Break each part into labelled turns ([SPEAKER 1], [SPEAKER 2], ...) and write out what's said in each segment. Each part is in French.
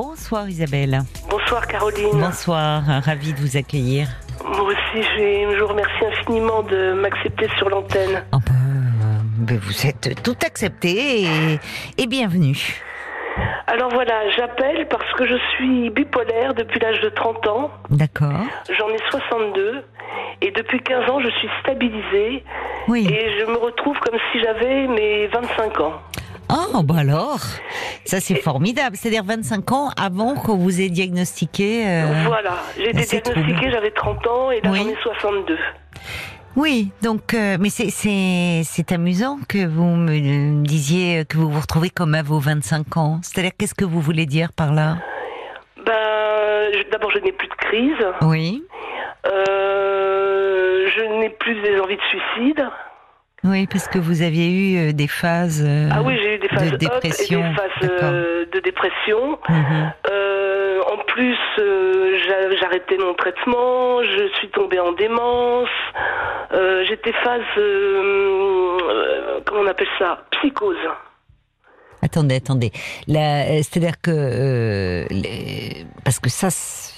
[SPEAKER 1] Bonsoir Isabelle.
[SPEAKER 2] Bonsoir Caroline.
[SPEAKER 1] Bonsoir, ravi de vous accueillir.
[SPEAKER 2] Moi aussi, je, je vous remercie infiniment de m'accepter sur l'antenne.
[SPEAKER 1] Ah bah, euh, ben vous êtes tout accepté et, et bienvenue.
[SPEAKER 2] Alors voilà, j'appelle parce que je suis bipolaire depuis l'âge de 30 ans.
[SPEAKER 1] D'accord.
[SPEAKER 2] J'en ai 62 et depuis 15 ans, je suis stabilisée
[SPEAKER 1] Oui.
[SPEAKER 2] et je me retrouve comme si j'avais mes 25 ans.
[SPEAKER 1] Ah, bah alors, ça c'est formidable. C'est-à-dire 25 ans avant qu'on vous ait diagnostiqué. euh,
[SPEAKER 2] voilà, j'ai été
[SPEAKER 1] c'est
[SPEAKER 2] diagnostiquée,
[SPEAKER 1] trouble.
[SPEAKER 2] j'avais 30 ans et là
[SPEAKER 1] Oui.
[SPEAKER 2] j'en ai 62.
[SPEAKER 1] Oui, donc, euh, mais c'est- c'est c'est amusant que vous me disiez que vous vous retrouvez comme à vos 25 ans. C'est-à-dire, qu'est-ce que vous voulez dire par là
[SPEAKER 2] Ben, je- d'abord, je n'ai plus de crise,
[SPEAKER 1] Oui,
[SPEAKER 2] Euh, je n'ai plus des envies de suicide.
[SPEAKER 1] oui, parce que vous aviez eu euh, des phases. euh,
[SPEAKER 2] Ah oui, j'ai eu des
[SPEAKER 1] de
[SPEAKER 2] phases up et des
[SPEAKER 1] dépression,
[SPEAKER 2] phases euh, de dépression.
[SPEAKER 1] mhm.
[SPEAKER 2] Euh, en plus, euh, j'a- j'arrêtais mon traitement, je suis tombée en démence, euh, j'étais phase, euh, euh, comment on appelle ça, psychose.
[SPEAKER 1] Attendez, attendez. La- euh, C'est-à-dire que euh, les- parce que ça, c'est-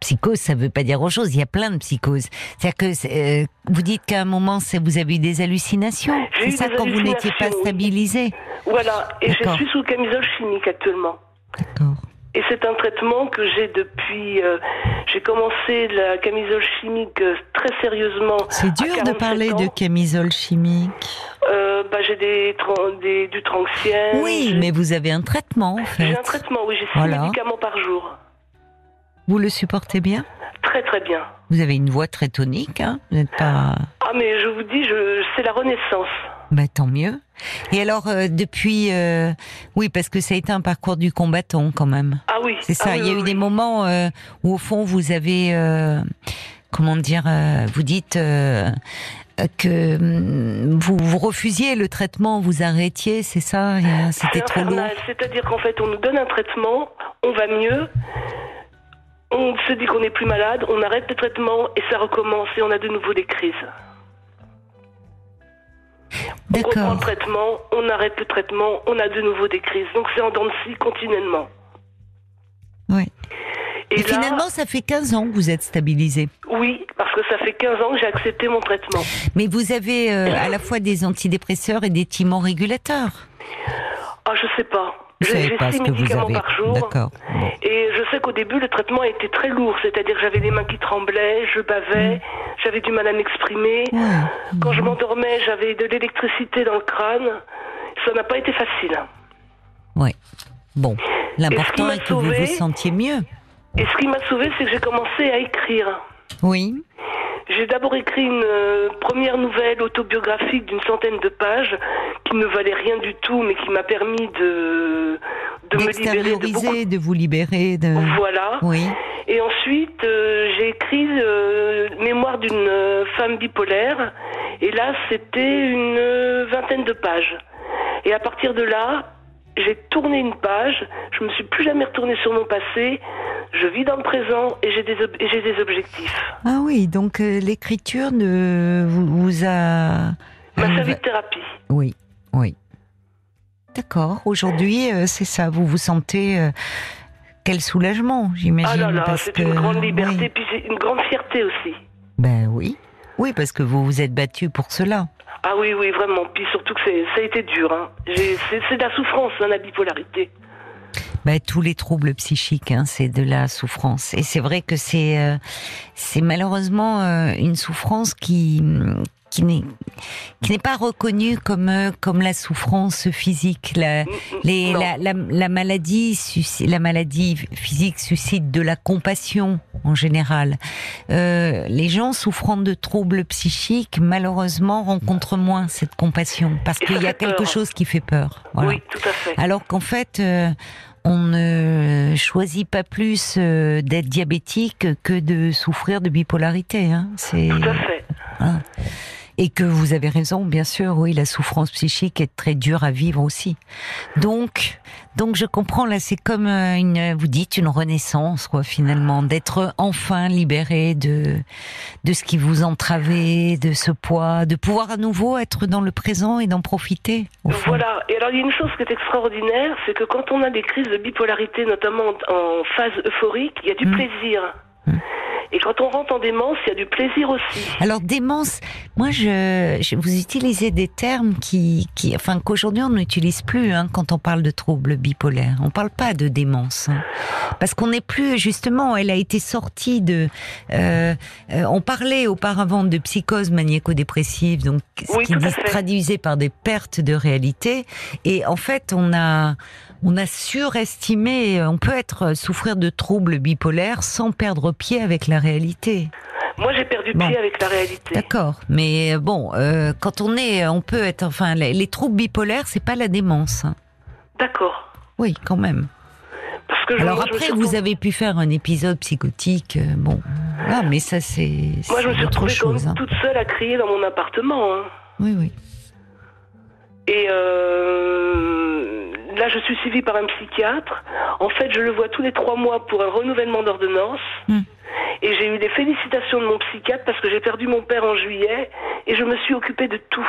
[SPEAKER 1] psychose, ça veut pas dire autre chose. Il y a plein de psychoses. C'est-à-dire que c'est, euh, vous dites qu'à un moment, ça, vous avez eu des hallucinations.
[SPEAKER 2] J'ai
[SPEAKER 1] C'est
[SPEAKER 2] eu
[SPEAKER 1] ça
[SPEAKER 2] des
[SPEAKER 1] quand vous n'étiez pas
[SPEAKER 2] hallucinations, oui.
[SPEAKER 1] stabilisé.
[SPEAKER 2] Voilà, et je
[SPEAKER 1] D'accord.
[SPEAKER 2] suis sous camisole chimique actuellement.
[SPEAKER 1] D'accord.
[SPEAKER 2] Et c'est un traitement que j'ai depuis. euh, j'ai commencé la camisole chimique euh, très sérieusement.
[SPEAKER 1] C'est
[SPEAKER 2] à
[SPEAKER 1] dur de
[SPEAKER 2] 47
[SPEAKER 1] parler de
[SPEAKER 2] ans.
[SPEAKER 1] camisole chimique.
[SPEAKER 2] Euh, bah, j'ai des, tran- des, du tranxien.
[SPEAKER 1] Oui,
[SPEAKER 2] Euh, j'ai-
[SPEAKER 1] mais vous avez un traitement en
[SPEAKER 2] J'ai
[SPEAKER 1] fait.
[SPEAKER 2] un traitement, oui, j'ai six
[SPEAKER 1] Voilà.
[SPEAKER 2] médicaments par jour.
[SPEAKER 1] Vous le supportez bien.
[SPEAKER 2] Très très bien.
[SPEAKER 1] Vous avez une voix très tonique. Hein vous n'êtes pas.
[SPEAKER 2] Ah mais je vous dis, je, c'est la renaissance.
[SPEAKER 1] Bah, tant mieux. Et alors euh, depuis, euh, oui, parce que ça a été un parcours du combattant quand même.
[SPEAKER 2] Ah oui.
[SPEAKER 1] C'est
[SPEAKER 2] ah
[SPEAKER 1] ça.
[SPEAKER 2] oui,
[SPEAKER 1] Il y a
[SPEAKER 2] oui,
[SPEAKER 1] eu
[SPEAKER 2] oui.
[SPEAKER 1] des moments euh, où, au fond, vous avez, euh, comment dire, euh, vous dites euh, euh, que hum, vous, vous refusiez le traitement, vous arrêtiez, c'est ça et, euh,
[SPEAKER 2] C'est
[SPEAKER 1] C'était trop lourd.
[SPEAKER 2] infernal. C'est-à-dire qu'en fait, on nous donne un traitement, on va mieux, on se dit qu'on n'est plus malade, on arrête le traitement et ça recommence et on a de nouveau des crises. On reprend le
[SPEAKER 1] D'accord.
[SPEAKER 2] traitement, on arrête le traitement, on a de nouveau des crises. Donc c'est en dents de scie continuellement.
[SPEAKER 1] Ouais.
[SPEAKER 2] Et,
[SPEAKER 1] Et,
[SPEAKER 2] là,
[SPEAKER 1] finalement, ça fait 15 ans que vous êtes stabilisé.
[SPEAKER 2] oui, parce que ça fait 15 ans que j'ai accepté mon traitement.
[SPEAKER 1] Mais vous avez euh, à la fois des antidépresseurs et des timons régulateurs.
[SPEAKER 2] Ah, je sais pas.
[SPEAKER 1] Vous
[SPEAKER 2] Je-
[SPEAKER 1] savez
[SPEAKER 2] j'ai
[SPEAKER 1] pas
[SPEAKER 2] six
[SPEAKER 1] ce que vous
[SPEAKER 2] médicaments
[SPEAKER 1] avez.
[SPEAKER 2] par jour.
[SPEAKER 1] D'accord. Bon.
[SPEAKER 2] Et je sais qu'au début, le traitement a été très lourd, c'est-à-dire que j'avais les mains qui tremblaient, je bavais, j'avais du mal à m'exprimer.
[SPEAKER 1] Ouais.
[SPEAKER 2] Quand je m'endormais, j'avais de l'électricité dans le crâne. Ça n'a pas été facile.
[SPEAKER 1] Ouais. Bon. L'important
[SPEAKER 2] m'a
[SPEAKER 1] est que vous
[SPEAKER 2] sauvée
[SPEAKER 1] vous sentiez mieux.
[SPEAKER 2] Et ce qui m'a sauvée, c'est que j'ai commencé à écrire.
[SPEAKER 1] Oui.
[SPEAKER 2] J'ai d'abord écrit une euh, première nouvelle autobiographique d'une centaine de pages qui ne valait rien du tout, mais qui m'a permis de, de me libérer de beaucoup.
[SPEAKER 1] D'extérioriser, euh, de vous libérer, de.
[SPEAKER 2] Voilà.
[SPEAKER 1] Oui.
[SPEAKER 2] Et ensuite, euh, j'ai écrit euh, Mémoire d'une euh, femme bipolaire. Et là, c'était une euh, vingtaine de pages. Et à partir de là, j'ai tourné une page. Je me suis plus jamais retournée sur mon passé. Je vis dans le présent et j'ai des, ob- et j'ai des objectifs.
[SPEAKER 1] Ah oui, donc euh, l'écriture ne vous, vous a.
[SPEAKER 2] Ma
[SPEAKER 1] elle
[SPEAKER 2] servie
[SPEAKER 1] va-
[SPEAKER 2] de thérapie.
[SPEAKER 1] Oui, oui. D'accord. Aujourd'hui, euh, c'est ça. Vous vous sentez. euh, quel soulagement, j'imagine.
[SPEAKER 2] Ah là là,
[SPEAKER 1] parce
[SPEAKER 2] c'est
[SPEAKER 1] que-
[SPEAKER 2] une grande liberté,
[SPEAKER 1] oui.
[SPEAKER 2] puis c'est une grande fierté aussi.
[SPEAKER 1] Ben oui. Oui, parce que vous vous êtes battu pour cela.
[SPEAKER 2] Ah oui, oui, vraiment. Puis surtout que c'est- ça a été dur. hein. J'ai- C'est c'est de la souffrance, hein, la bipolarité.
[SPEAKER 1] Bah, tous les troubles psychiques, hein, c'est de la souffrance. Et c'est vrai que c'est euh, c'est malheureusement euh, une souffrance qui qui n'est qui n'est pas reconnue comme euh, comme la souffrance physique. La les,
[SPEAKER 2] Non.
[SPEAKER 1] la, la, la maladie susci- la maladie physique suscite de la compassion en général. Euh, les gens souffrant de troubles psychiques, malheureusement, rencontrent moins cette compassion parce
[SPEAKER 2] Et ça
[SPEAKER 1] qu'il y a
[SPEAKER 2] fait
[SPEAKER 1] quelque
[SPEAKER 2] peur.
[SPEAKER 1] chose qui fait peur. Voilà. Ah,
[SPEAKER 2] Oui, tout à fait.
[SPEAKER 1] Alors qu'en fait, euh, on ne choisit pas plus euh, d'être diabétique que de souffrir de bipolarité. Hein. C'est
[SPEAKER 2] Tout à fait.
[SPEAKER 1] voilà. Et que vous avez raison, bien sûr, oui, la souffrance psychique est très dure à vivre aussi. Donc, donc je comprends, là, c'est comme euh, une, vous dites, une renaissance, quoi, finalement, d'être enfin libéré de, de ce qui vous entravait, de ce poids, de pouvoir à nouveau être dans le présent et d'en profiter. au fond.
[SPEAKER 2] Voilà. Et alors, il y a une chose qui est extraordinaire, c'est que quand on a des crises de bipolarité, notamment en- en phase euphorique, il y a du
[SPEAKER 1] Mm.
[SPEAKER 2] plaisir. Et quand on rentre en démence, il y a du plaisir aussi.
[SPEAKER 1] Alors démence, moi je, je- vous utilisez des termes qui, qui enfin qu'aujourd'hui on n'utilise plus hein, quand on parle de troubles bipolaires. On parle pas de démence hein. parce qu'on n'est plus justement. Elle a été sortie de. euh, euh, on parlait auparavant de psychose maniaco-dépressive, donc ce
[SPEAKER 2] Oui,
[SPEAKER 1] qui
[SPEAKER 2] tout à
[SPEAKER 1] dis-
[SPEAKER 2] fait.
[SPEAKER 1] traduisait par des pertes de réalité. Et en fait, on a on a surestimé. On peut être souffrir de troubles bipolaires sans perdre pied avec la réalité.
[SPEAKER 2] Moi, j'ai perdu
[SPEAKER 1] Bon.
[SPEAKER 2] pied avec la réalité.
[SPEAKER 1] D'accord, mais euh, bon, euh, quand on est, on peut être, enfin, les, les troubles bipolaires, c'est pas la démence. hein.
[SPEAKER 2] D'accord.
[SPEAKER 1] Oui, quand même.
[SPEAKER 2] Parce que je,
[SPEAKER 1] Alors
[SPEAKER 2] moi, je me
[SPEAKER 1] après,
[SPEAKER 2] suis
[SPEAKER 1] vous
[SPEAKER 2] retrouvée-
[SPEAKER 1] avez pu faire un épisode psychotique, euh, bon, ah, mais ça c'est
[SPEAKER 2] Moi, je me
[SPEAKER 1] c'est autre
[SPEAKER 2] suis retrouvée quand
[SPEAKER 1] chose.
[SPEAKER 2] même
[SPEAKER 1] hein.
[SPEAKER 2] toute seule à crier dans mon appartement. hein.
[SPEAKER 1] Oui, oui.
[SPEAKER 2] Et euh, là, je suis suivie par un psychiatre. En fait, je le vois tous les trois mois pour un renouvellement d'ordonnance.
[SPEAKER 1] Mm.
[SPEAKER 2] Et j'ai eu des félicitations de mon psychiatre parce que j'ai perdu mon père en juillet et je me suis occupée de tout.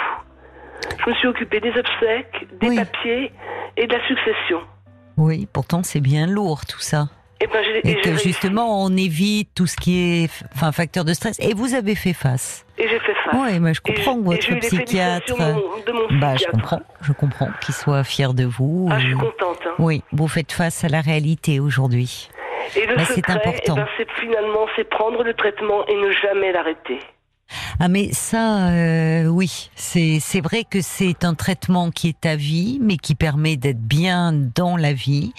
[SPEAKER 2] Je me suis occupée des obsèques, des
[SPEAKER 1] Oui.
[SPEAKER 2] papiers et de la succession.
[SPEAKER 1] Oui, pourtant c'est bien lourd tout ça.
[SPEAKER 2] Et ben, j'ai,
[SPEAKER 1] Et
[SPEAKER 2] et j'ai
[SPEAKER 1] que
[SPEAKER 2] réussi.
[SPEAKER 1] justement on évite tout ce qui est enfin, facteur de stress. Et vous avez fait face.
[SPEAKER 2] Et j'ai fait ça.
[SPEAKER 1] Oui, mais je
[SPEAKER 2] Et
[SPEAKER 1] comprends
[SPEAKER 2] j'ai-
[SPEAKER 1] que
[SPEAKER 2] Ah. et j'ai
[SPEAKER 1] votre
[SPEAKER 2] eu les
[SPEAKER 1] psychiatre.
[SPEAKER 2] félicitations de mon, de mon
[SPEAKER 1] Bah, je
[SPEAKER 2] psychiatre.
[SPEAKER 1] comprends, je comprends qu'il soit fier de vous.
[SPEAKER 2] Ah, je suis
[SPEAKER 1] et-
[SPEAKER 2] contente. hein.
[SPEAKER 1] Oui, vous faites face à la réalité aujourd'hui.
[SPEAKER 2] Et le
[SPEAKER 1] Bah, c'est
[SPEAKER 2] secret, eh
[SPEAKER 1] important.
[SPEAKER 2] ben, c'est finalement, c'est prendre le traitement et ne jamais l'arrêter.
[SPEAKER 1] Ah mais ça, euh, oui, c'est c'est vrai que c'est un traitement qui est à vie, mais qui permet d'être bien dans la vie.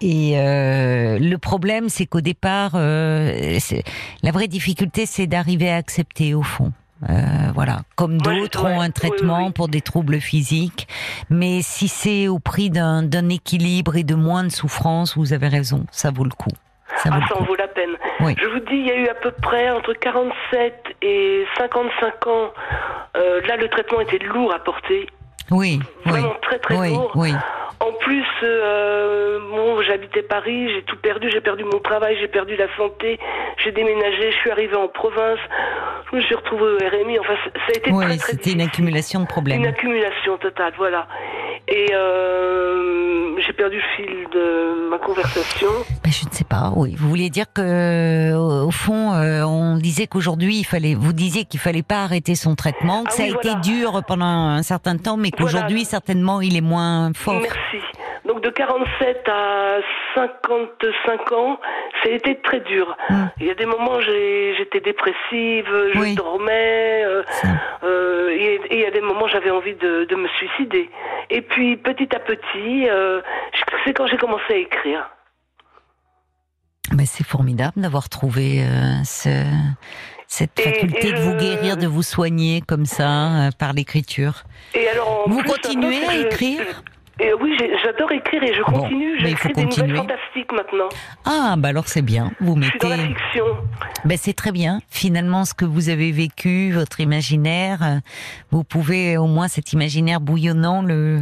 [SPEAKER 1] Et euh, le problème, c'est qu'au départ, euh, c'est- la vraie difficulté, c'est d'arriver à accepter au fond. Euh, voilà, comme
[SPEAKER 2] Ouais,
[SPEAKER 1] d'autres
[SPEAKER 2] ouais,
[SPEAKER 1] ont
[SPEAKER 2] oui,
[SPEAKER 1] un
[SPEAKER 2] oui,
[SPEAKER 1] traitement
[SPEAKER 2] oui.
[SPEAKER 1] pour des troubles physiques, mais si c'est au prix d'un d'un équilibre et de moins de souffrance, vous avez raison, ça vaut le coup. Ça vaut
[SPEAKER 2] Ah,
[SPEAKER 1] le
[SPEAKER 2] ça
[SPEAKER 1] coup.
[SPEAKER 2] en vaut la peine.
[SPEAKER 1] Oui.
[SPEAKER 2] Je vous dis, il y a eu à peu près entre 47 et 55 ans. euh, là, le traitement était lourd à porter.
[SPEAKER 1] Oui, oui,
[SPEAKER 2] Vraiment très très
[SPEAKER 1] oui,
[SPEAKER 2] lourd.
[SPEAKER 1] oui.
[SPEAKER 2] En plus, euh, bon, j'habitais Paris, j'ai tout perdu, j'ai perdu mon travail, j'ai perdu la santé, j'ai déménagé, je suis arrivée en province, je me suis retrouvée au RMI. Enfin, c- ça a été
[SPEAKER 1] Oui,
[SPEAKER 2] très très
[SPEAKER 1] c'était une
[SPEAKER 2] difficile.
[SPEAKER 1] accumulation de problèmes.
[SPEAKER 2] Une accumulation totale, voilà. Et euh, j'ai perdu le fil de ma conversation.
[SPEAKER 1] Ben, je ne sais pas. Oui, vous vouliez dire que au au fond, euh, on disait qu'aujourd'hui, il fallait. Vous disiez qu'il fallait pas arrêter son traitement, que
[SPEAKER 2] Ah
[SPEAKER 1] ça
[SPEAKER 2] oui,
[SPEAKER 1] a
[SPEAKER 2] voilà.
[SPEAKER 1] été dur pendant un certain temps, mais
[SPEAKER 2] Voilà.
[SPEAKER 1] qu'aujourd'hui, certainement, il est moins fort.
[SPEAKER 2] Merci. Donc de 47 à 55 ans, ça a été très dur.
[SPEAKER 1] Mm.
[SPEAKER 2] Il y a des moments j'ai- j'étais dépressive, je
[SPEAKER 1] Oui.
[SPEAKER 2] dormais, euh,
[SPEAKER 1] Ça.
[SPEAKER 2] euh, et et il y a des moments j'avais envie de, de me suicider. Et puis petit à petit, euh, je- c'est quand j'ai commencé à écrire.
[SPEAKER 1] Ben, c'est formidable d'avoir trouvé euh, ce- cette
[SPEAKER 2] Et-
[SPEAKER 1] faculté
[SPEAKER 2] et
[SPEAKER 1] de vous
[SPEAKER 2] je-
[SPEAKER 1] guérir, de vous soigner comme ça euh, par l'écriture.
[SPEAKER 2] Et alors en
[SPEAKER 1] Vous
[SPEAKER 2] plus,
[SPEAKER 1] continuez
[SPEAKER 2] maintenant,
[SPEAKER 1] à
[SPEAKER 2] c'est que je-
[SPEAKER 1] écrire
[SPEAKER 2] Et oui, j'ai- j'adore écrire et je
[SPEAKER 1] Bon,
[SPEAKER 2] continue.
[SPEAKER 1] mais il faut
[SPEAKER 2] J'écris des nouvelles
[SPEAKER 1] continuer.
[SPEAKER 2] fantastiques maintenant.
[SPEAKER 1] Ah, bah alors c'est bien. Vous
[SPEAKER 2] Je suis dans la
[SPEAKER 1] mettez.
[SPEAKER 2] fiction.
[SPEAKER 1] Ben, c'est très bien. Finalement, ce que vous avez vécu, votre imaginaire, euh, vous pouvez au moins cet imaginaire bouillonnant le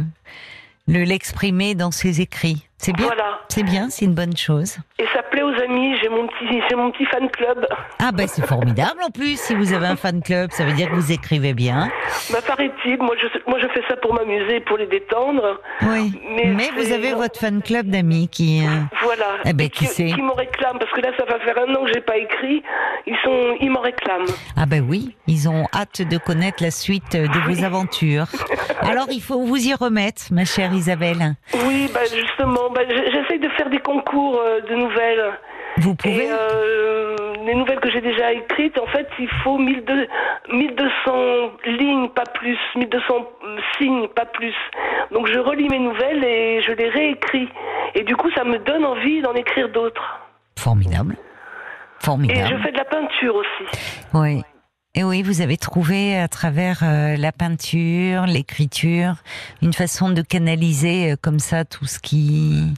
[SPEAKER 1] le- l'exprimer dans ses écrits. C'est bien.
[SPEAKER 2] Voilà.
[SPEAKER 1] C'est bien, c'est une bonne chose.
[SPEAKER 2] Et ça plaît aux amis. J'ai mon petit, j'ai mon petit fan club.
[SPEAKER 1] Ah ben c'est formidable en plus, si vous avez un fan club, ça veut dire que vous écrivez bien.
[SPEAKER 2] Bah, paraît-il, moi je, moi je fais ça pour m'amuser, pour les détendre.
[SPEAKER 1] Oui.
[SPEAKER 2] Mais
[SPEAKER 1] Mais,
[SPEAKER 2] c'est-
[SPEAKER 1] vous avez votre fan club d'amis qui... euh,
[SPEAKER 2] Voilà.
[SPEAKER 1] Eh ben,
[SPEAKER 2] Et
[SPEAKER 1] qui sait
[SPEAKER 2] qui m'en réclament, parce que là ça va faire un an que j'ai pas écrit. Ils sont, ils m'en réclament.
[SPEAKER 1] Ah ben oui, ils ont hâte de connaître la suite euh, de
[SPEAKER 2] Oui.
[SPEAKER 1] vos aventures. Alors il faut vous y remettre, ma chère Isabelle.
[SPEAKER 2] Oui, bah justement, bah, j- j'essaye de faire des concours euh, de nouvelles.
[SPEAKER 1] Vous pouvez...
[SPEAKER 2] Et euh, les nouvelles que j'ai déjà écrites, en fait, il faut 1200 1200 lignes, pas plus, 1200 signes, pas plus. Donc je relis mes nouvelles et je les réécris. Et du coup, ça me donne envie d'en écrire d'autres.
[SPEAKER 1] Formidable.
[SPEAKER 2] Et
[SPEAKER 1] Formidable.
[SPEAKER 2] je fais de la peinture aussi.
[SPEAKER 1] Oui. Et oui, vous avez trouvé à travers euh, la peinture, l'écriture, une façon de canaliser euh, comme ça tout ce qui,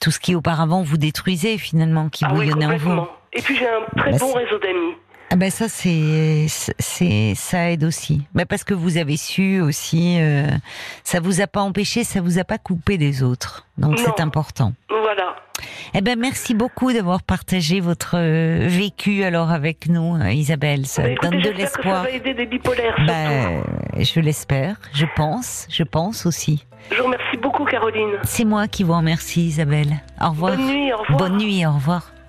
[SPEAKER 1] tout ce qui auparavant vous détruisait finalement, qui
[SPEAKER 2] Ah oui,
[SPEAKER 1] bouillonnait en vous.
[SPEAKER 2] complètement. Et puis j'ai un très
[SPEAKER 1] Bah,
[SPEAKER 2] bon
[SPEAKER 1] c'est-
[SPEAKER 2] réseau d'amis.
[SPEAKER 1] Ah ben ça c'est c'est ça aide aussi. Ben parce que vous avez su aussi, euh, ça vous a pas empêché, ça vous a pas coupé des autres. Donc
[SPEAKER 2] Non.
[SPEAKER 1] c'est important.
[SPEAKER 2] Voilà.
[SPEAKER 1] Eh ben merci beaucoup d'avoir partagé votre euh, vécu alors avec nous, euh, Isabelle. Ça
[SPEAKER 2] Bah, écoutez,
[SPEAKER 1] donne de
[SPEAKER 2] j'espère que ça
[SPEAKER 1] l'espoir.
[SPEAKER 2] va aider des bipolaires. surtout.
[SPEAKER 1] Ben, je l'espère, je pense, je pense aussi.
[SPEAKER 2] Je vous remercie beaucoup, Caroline.
[SPEAKER 1] C'est moi qui vous remercie, Isabelle. Au revoir.
[SPEAKER 2] Bonne nuit, au revoir.
[SPEAKER 1] Bonne nuit, au revoir.